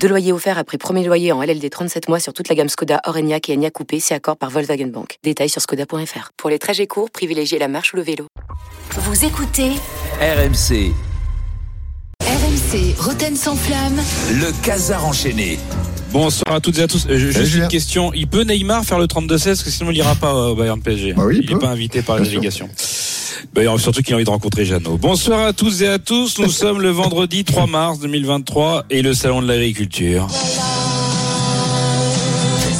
Deux loyers offerts après premier loyer en LLD 37 mois sur toute la gamme Skoda, Orenia et Enya Coupé, si accord par Volkswagen Bank. Détails sur skoda.fr. Pour les trajets courts, privilégiez la marche ou le vélo. Vous écoutez RMC, RMC Roten sans flamme. le casar enchaîné. Bonsoir à toutes et à tous. Euh, ju- Salut, Juste une Julien. question. Il peut Neymar faire le 32-16 Parce que sinon il ira pas au Bayern PSG. Bah oui, il il n'est peut. pas invité par la Bien sûr. délégation. Bah, surtout qu'il a envie de rencontrer Jeannot. Bonsoir à tous et à tous. Nous sommes le vendredi 3 mars 2023 et le salon de l'agriculture.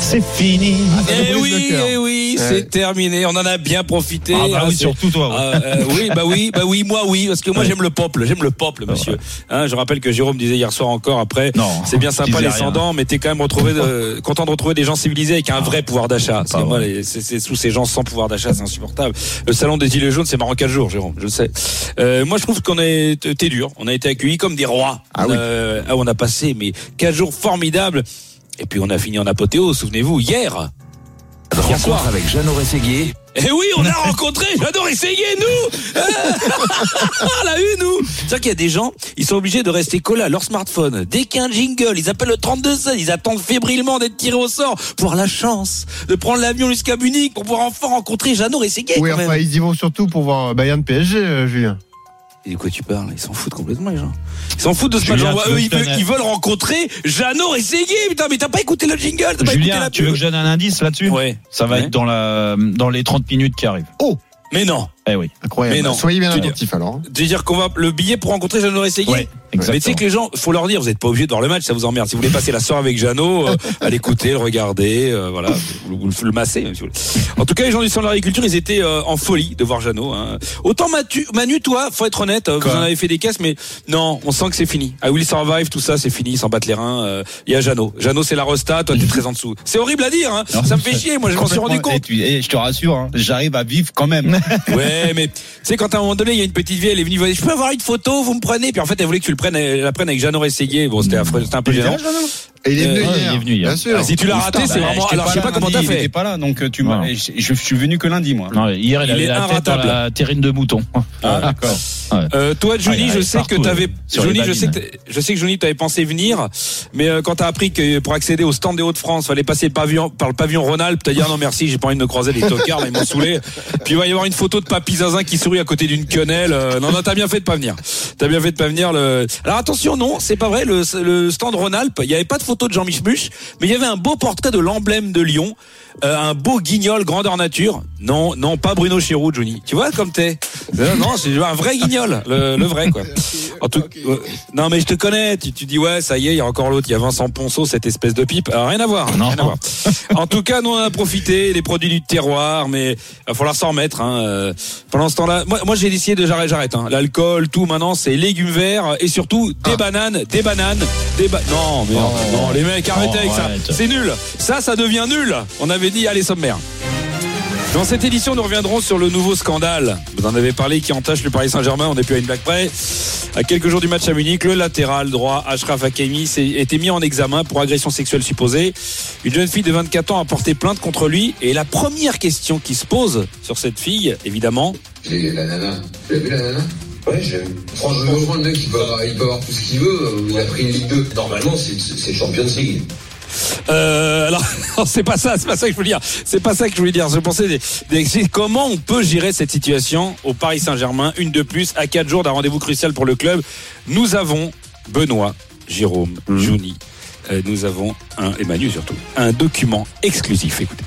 C'est fini. Ah, Eh oui, eh oui, Ouais. c'est terminé. On en a bien profité. Ah bah Hein, oui, c'est- surtout toi. ouais. Ah, euh, oui, bah oui, bah oui, moi oui, parce que moi j'aime le peuple, j'aime le peuple, monsieur. Hein, je rappelle que Jérôme disait hier soir encore après, Non, c'est bien je sympa disais les rien. sans-dents, mais t'es quand même retrouvé, de- content de retrouver des gens civilisés avec un vrai pouvoir d'achat. Parce que moi, les- c'est c'est sous ces gens sans pouvoir d'achat, c'est insupportable. Le salon des îles jaunes, c'est marrant quatre jours, Jérôme, je le sais. Euh, moi, je trouve qu'on est, t'es dur. On a été accueillis comme des rois. Ah on, oui. a, ah, on a passé mais quatre jours formidables. Et puis on a fini en apothéose. Souvenez-vous, hier. Hier soir. Rencontre avec Jeannot Rességuier. Eh oui, on a rencontré, j'adore essayer, nous On l'a eu, nous C'est-à-dire qu'il y a des gens, ils sont obligés de rester collés à leur smartphone. Dès qu'il y a un jingle, ils appellent le 3216, ils attendent fébrilement d'être tirés au sort pour avoir la chance de prendre l'avion jusqu'à Munich pour pouvoir enfin rencontrer Jeannot Rességuier, Oui, quand même. enfin, ils y vont surtout pour voir Bayern PSG, euh, Julien. Et de quoi tu parles Ils s'en foutent complètement, les gens. Ils s'en foutent de ce match. Julien, Genre, tu eux, veux ils que je veulent, donne un- ils veulent rencontrer Jeannot Rességuier Putain, mais t'as pas écouté le jingle, t'as pas écouté Julien, la tu veux que pub. je donne un indice là-dessus Ouais. Ça va Ouais. être dans, la, dans les 30 minutes qui arrivent. Mais non. Eh oui, Incroyable. Mais non. Soyez bien Tu dis- attentifs alors. hein. Dire qu'on va le billet pour rencontrer Jeannot Rességuier Ouais, Mais tu sais exactement. que les gens, faut leur dire, vous n'êtes pas obligé de voir le match, ça vous emmerde. Si vous voulez passer la soirée avec Jeannot, euh, allez écouter, le regarder, euh, voilà, vous, vous- vous le masser. même si vous voulez. En tout cas, les gens du centre de l'agriculture, ils étaient euh, en folie de voir Jeannot. hein. Autant Matu- Manu, toi, faut être honnête, euh, vous Quoi en avez fait des caisses, mais non, on sent que c'est fini. I Will Survive, tout ça, c'est fini, ils s'en battent les reins. euh, Il y a Jeannot. Jeannot, c'est la resta, toi, t'es très en dessous. C'est horrible à dire, hein. Non, ça me fait chier, moi, je m'en suis rendu Complètement. compte. Et tu- et je te rassure, hein, j'arrive à vivre quand même. Ouais, mais tu sais, quand à un moment donné, il y a une petite vieille, elle est venue, elle m'a dit, je peux avoir une photo, vous me prenez. Puis en fait, elle voulait que tu le prennes, elle la prenne avec Jeannot Rességuier. Bon, c'était affreux, c'était un peu gênant. Et il est Euh, venu ouais, hier. hein. il est venu hier. Bien sûr. Ah, si tu l'as raté, c'est Bah, vraiment. j'étais Alors, je sais là pas comment t'as lundi, il fait. était pas là, donc euh, tu m'as- Voilà. je, je suis venu que lundi, moi. Non, hier, il, Il est avait la tête dans inratable. la terrine de mouton. Ah, d'accord. Euh, toi, Ah, il Johnny, je arrive sais que partout, t'avais, euh, sur les Johnny, je sais que, babines. t'es- je sais que Johnny, t'avais pensé venir, mais euh, quand t'as appris que pour accéder au stand des Hauts-de-France, fallait passer le pavillon, par le pavillon Rhône-Alpes, t'as dit ah, non merci, j'ai pas envie de me croiser des tocards, là, ils m'ont saoulé. Puis il va y avoir une photo de Papy Zinzin qui sourit à côté d'une quenelle. Euh, non, non, t'as bien fait de pas venir. T'as bien fait de pas venir. Le... Alors attention, non, c'est pas vrai. Le, le stand Rhône-Alpes, il y avait pas de photo de Jean Michmuche, mais il y avait un beau portrait de l'emblème de Lyon. euh, un beau guignol grandeur nature. Non, non, pas Bruno Chirou, Johnny. Tu vois comme t'es. Euh, non, c'est un vrai guignol, le, le vrai quoi. En tout, euh, non mais je te connais. Tu, tu dis ouais, ça y est, il y a encore l'autre. Il y a Vincent Ponceau, cette espèce de pipe. Ah, rien à voir. Non. rien à voir. En tout cas, nous on en a profité les produits du terroir, mais il va falloir s'en remettre. Hein. euh, Pendant ce temps-là, moi, moi j'ai décidé de j'arrête, j'arrête. Hein. L'alcool, tout. Maintenant, c'est légumes verts et surtout des bananes, des bananes, des ba- non mais non, Ah. Oh. non, les mecs arrêtez Oh, avec ça. arrête. C'est nul. Ça, ça devient nul. On avait dit allez sommaire. Dans cette édition, nous reviendrons sur le nouveau scandale. Vous en avez parlé qui entache le Paris Saint-Germain. On n'est plus à une blague près. À quelques jours du match à Munich, le latéral droit Ashraf Hakimi s'est été mis en examen pour agression sexuelle supposée. Une jeune fille de 24 ans a porté plainte contre lui. Et la première question qui se pose sur cette fille, évidemment, Et la nana. Tu l'as vu la nana Ouais, j'ai vu. Franchement, le mec, il peut, avoir, il peut avoir tout ce qu'il veut. euh, Il a pris une Ligue 2. Normalement, c'est- c'est c'est Champions League. Euh, alors, non, c'est pas ça, c'est pas ça que je voulais dire. C'est pas ça que je voulais dire. Je pensais des, des- c'est comment on peut gérer cette situation au Paris Saint-Germain, une de plus, à quatre jours d'un rendez-vous crucial pour le club. Nous avons Benoît, Jérôme, Johnny. Euh, nous avons un, et Manu surtout, un document exclusif. Écoutez.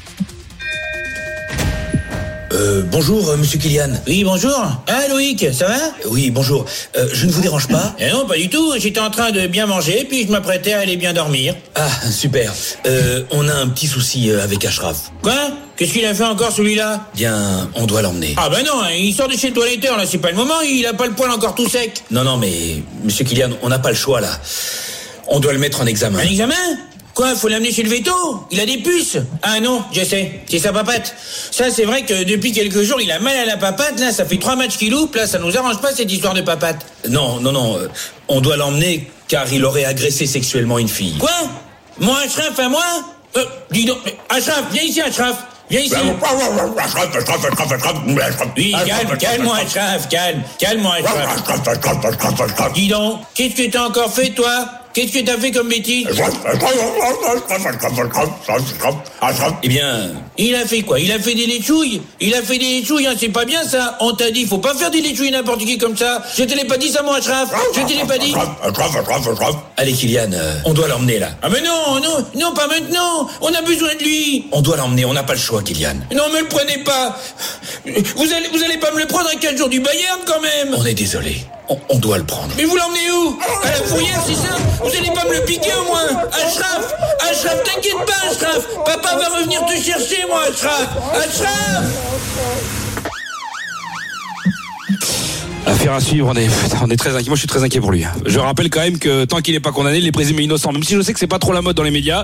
Euh, bonjour, euh, monsieur Kylian. Oui, bonjour. Ah, Loïc, ça va Oui, bonjour. Euh, je ne vous dérange pas Eh non, pas du tout. J'étais en train de bien manger, puis je m'apprêtais à aller bien dormir. Ah, super. Euh, on a un petit souci euh, avec Ashraf. Quoi Qu'est-ce qu'il a fait encore, celui-là Bien, on doit l'emmener. Ah bah non, hein, il sort de chez le toiletteur, là, c'est pas le moment, il a pas le poil encore tout sec. Non, non, mais, monsieur Kylian, on n'a pas le choix, là. On doit le mettre en examen. Un examen Quoi, faut l'amener chez le veto Il a des puces Ah non, je sais, c'est sa papate. Ça, c'est vrai que depuis quelques jours, il a mal à la papate, là, ça fait trois matchs qu'il loupe, là, ça nous arrange pas cette histoire de papate. Non, non, non, euh, on doit l'emmener car il aurait agressé sexuellement une fille. Quoi Hein Moi, Ashraf, à moi euh, Dis donc, mais Ashraf, viens ici, Ashraf Viens ici Oui, calme, calme-moi, Ashraf, calme, calme-moi, Ashraf Dis donc, qu'est-ce que t'as encore fait, toi Qu'est-ce que t'as fait comme bêtise Eh bien, il a fait quoi Il a fait des léchouilles Il a fait des léchouilles, hein, c'est pas bien ça On t'a dit, faut pas faire des léchouilles n'importe qui comme ça Je te l'ai pas dit ça, moi, Ashraf Je te l'ai pas dit Allez, Kylian, euh, on doit l'emmener, là Ah mais non, non, non, pas maintenant On a besoin de lui On doit l'emmener, on n'a pas le choix, Kylian Non, me le prenez pas Vous allez, vous allez pas me le prendre à 4 jours du Bayern, quand même On est désolé, on, on doit le prendre. Mais vous l'emmenez où À la fourrière, c'est ça Vous allez pas me le piquer, au moins Ashraf Ashraf, t'inquiète pas, Ashraf Papa va revenir te chercher, moi, Ashraf Ashraf Affaire à suivre, on est, putain, on est très inquiet. Moi, je suis très inquiet pour lui. hein. Je rappelle quand même que tant qu'il n'est pas condamné, il est présumé innocent. Même si je sais que c'est pas trop la mode dans les médias,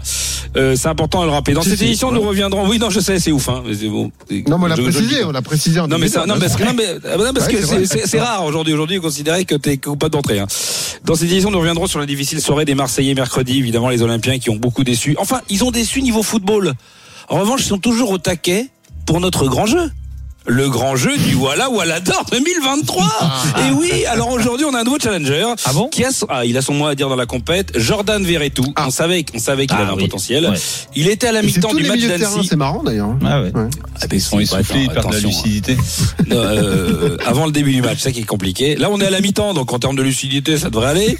euh, c'est important à le rappeler. Dans cette édition, nous reviendrons. Oui, non, je sais, c'est ouf. Hein, mais c'est bon. Non, mais on l'a Je- je- précisé, on l'a précisé. en Non mais début ça, non, de- parce que, non, mais, ah, non, parce hein. Ouais, que c'est c'est- vrai. c'est c'est rare aujourd'hui. Aujourd'hui, considérer que t'es coupable d'entrée. hein. Dans cette édition, nous reviendrons sur la difficile soirée des Marseillais mercredi. Évidemment, les Olympiens qui ont beaucoup déçu. Enfin, ils ont déçu niveau football. En revanche, ils sont toujours au taquet pour notre grand jeu. Le grand jeu du Walla Walla d'or 2023. Et oui, alors aujourd'hui, on a un nouveau challenger. Ah bon qui a son- ah, il a son mot à dire dans la compète. Jordan Verretou. On savait, qu'on savait qu'il Ah avait un oui. potentiel. Ouais. Il était à la Et c'est mi-temps tous du les match milieux de terrain, d'Annecy. c'est marrant d'ailleurs. Ah ouais. Ouais. Ah, mais Ils sont si, bref, essoufflés, ils perdent de la attention, hein. lucidité. Non, euh, avant le début du match, c'est ça qui est compliqué. Là, on est à la mi-temps, donc en termes de lucidité, ça devrait aller.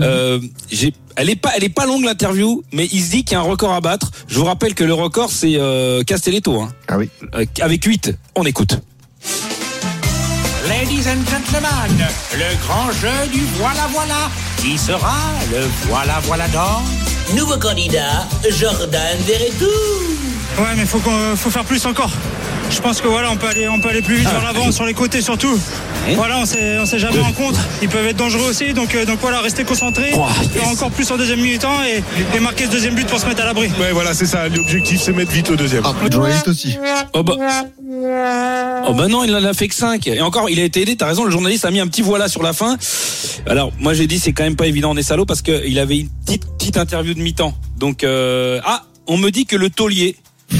Euh, j'ai- elle est pas, elle est pas longue l'interview, mais il se dit qu'il y a un record à battre. Je vous rappelle que le record, c'est euh, Castelletto, hein. Ah oui. Euh, avec 8 On écoute. Ladies and gentlemen, le grand jeu du voilà voilà, qui sera le voilà voilà d'or. Nouveau candidat, Jordan Verretou. Ouais, mais faut qu'on- faut faire plus encore. Je pense que voilà, on peut aller, on peut aller plus Ah, vite vers l'avant, sur les côtés surtout. Voilà, on sait, on sait jamais en contre. Ils peuvent être dangereux aussi, donc euh, donc voilà, rester concentré, faire encore plus en deuxième mi-temps et, et marquer ce deuxième but pour se mettre à l'abri. Ouais, voilà, c'est ça. L'objectif, c'est mettre vite au deuxième. Ah, j'aurais hésité aussi. Oh bah. Oh bah non, il en a fait que 5. Et encore, il a été aidé, t'as raison, le journaliste a mis un petit voilà sur la fin. Alors, moi j'ai dit, c'est quand même pas évident, on est salaud, parce qu'il avait une petite, petite interview de mi-temps. Donc, euh, ah, on me dit que le taulier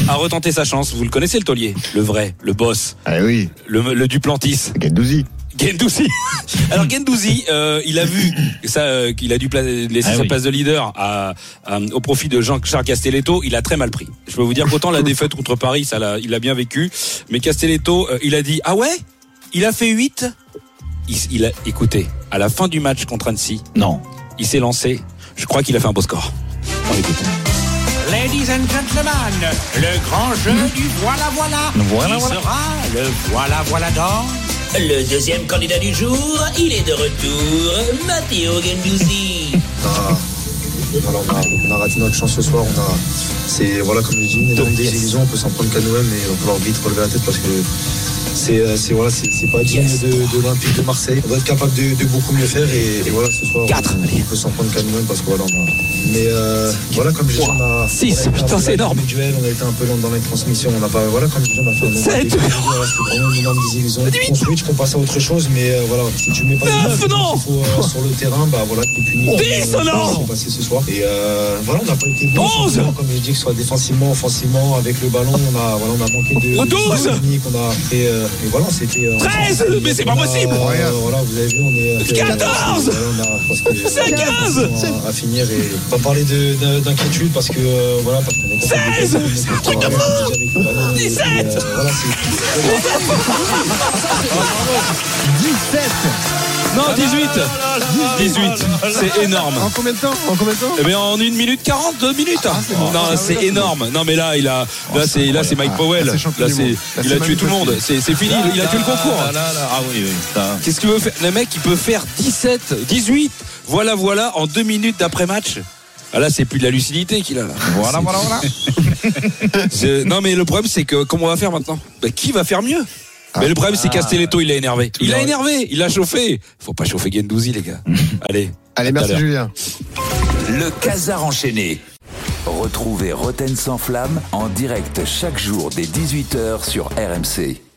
a retenté sa chance. Vous le connaissez, le taulier Le vrai, le boss, Ah oui, le, le Duplantis. Gendouzi. Gendouzi. Alors Gendouzi, euh, il a vu ça, euh, qu'il a dû pla- laisser Ah sa oui. place de leader à, à- au profit de Jean-Charles Castelletto. Il a très mal pris. Je peux vous dire qu'autant la défaite contre Paris, ça l'a- il l'a bien vécu. Mais Castelletto, euh, il a dit ah ouais, il a fait 8 il, s- il a écoutez à la fin du match contre Annecy, Non. il s'est lancé. Je crois qu'il a fait un beau score. On écoute. Ladies and gentlemen, le grand jeu du voilà voilà, Hmm. Voilà, qui voilà. sera le voilà voilà d'or. Le deuxième candidat du jour, il est de retour, Matteo Gendouzi. Voilà, on a, on a raté notre chance ce soir. On a, c'est voilà comme je dis, une énorme désillusion. On peut s'en prendre qu'à nous-mêmes, mais il va falloir vite relever la tête parce que c'est, euh, c'est voilà, c'est, c'est pas digne de, de l'Olympique de Marseille. On doit être capable de, de beaucoup mieux faire et, et voilà ce soir. Quatre, on, allez. on peut s'en prendre qu'à nous-mêmes parce que voilà. On a, mais euh, voilà comme je dis, on a. Six, on a été un putain, peu c'est lent énorme. dans les duels, on a été un peu lent dans les transmissions. On a pas, voilà comme je dis, on a fait. un moment Sept. décisif, voilà, C'était vraiment une énorme désillusion. On switch, qu'on passe à autre chose, mais euh, voilà, si tu mets pas Neuf, les non. il faut, euh, sur le terrain, bah voilà, t'es puni. Dix, Euh, non. c'est passé ce soir. Et euh, voilà, on n'a pas été bon. Onze. sur le terrain, Comme je dis, que ce soit défensivement, offensivement, avec le ballon, on a, voilà, on a manqué de. Oh, de douze. technique, on a fait, euh, et voilà, c'était. euh, Treize. on a- Mais c'est pas on a- possible. euh, Voilà, vous avez vu, on est. euh, Quatorze. on a- parce que- C'est quinze. on a- À finir et pas parler de- de- d'inquiétude parce que euh, voilà, parce qu'on est. content de- Seize. de- C'est un truc de euh, fou. avec le ballon, et, Dix-sept. euh, Voilà, c'est. 17 Non 18, 18, c'est énorme. En combien de temps En combien de temps Eh bien, en une minute 40, deux minutes. Ah, non, c'est énorme. Non, mais là, il a, Oh, là, c'est, là, c'est Mike Ah, Powell. là, Là, c'est champion du monde. c'est, Là, il c'est a tué tout le monde. magnifique. C'est, c'est fini. Il a tué le concours. Ah, là, là. Ah oui, oui. ça. Qu'est-ce qu'il veut faire? Le mec, il peut faire 17, 18. Voilà, voilà, en deux minutes d'après match. Ah là, c'est plus de la lucidité qu'il a. Là. Voilà, voilà, voilà. C'est- euh, Non, mais le problème, c'est que comment on va faire maintenant Bah, Qui va faire mieux mais le problème, Ah. c'est Castelletto, il l'a énervé. Il Bah l'a énervé, il l'a chauffé. Faut pas chauffer Gendouzi, les gars. Allez. Allez, à tout à merci l'heure. Julien. Le casar enchaîné. Retrouvez Roten sans flamme en direct chaque jour dès 18h sur RMC.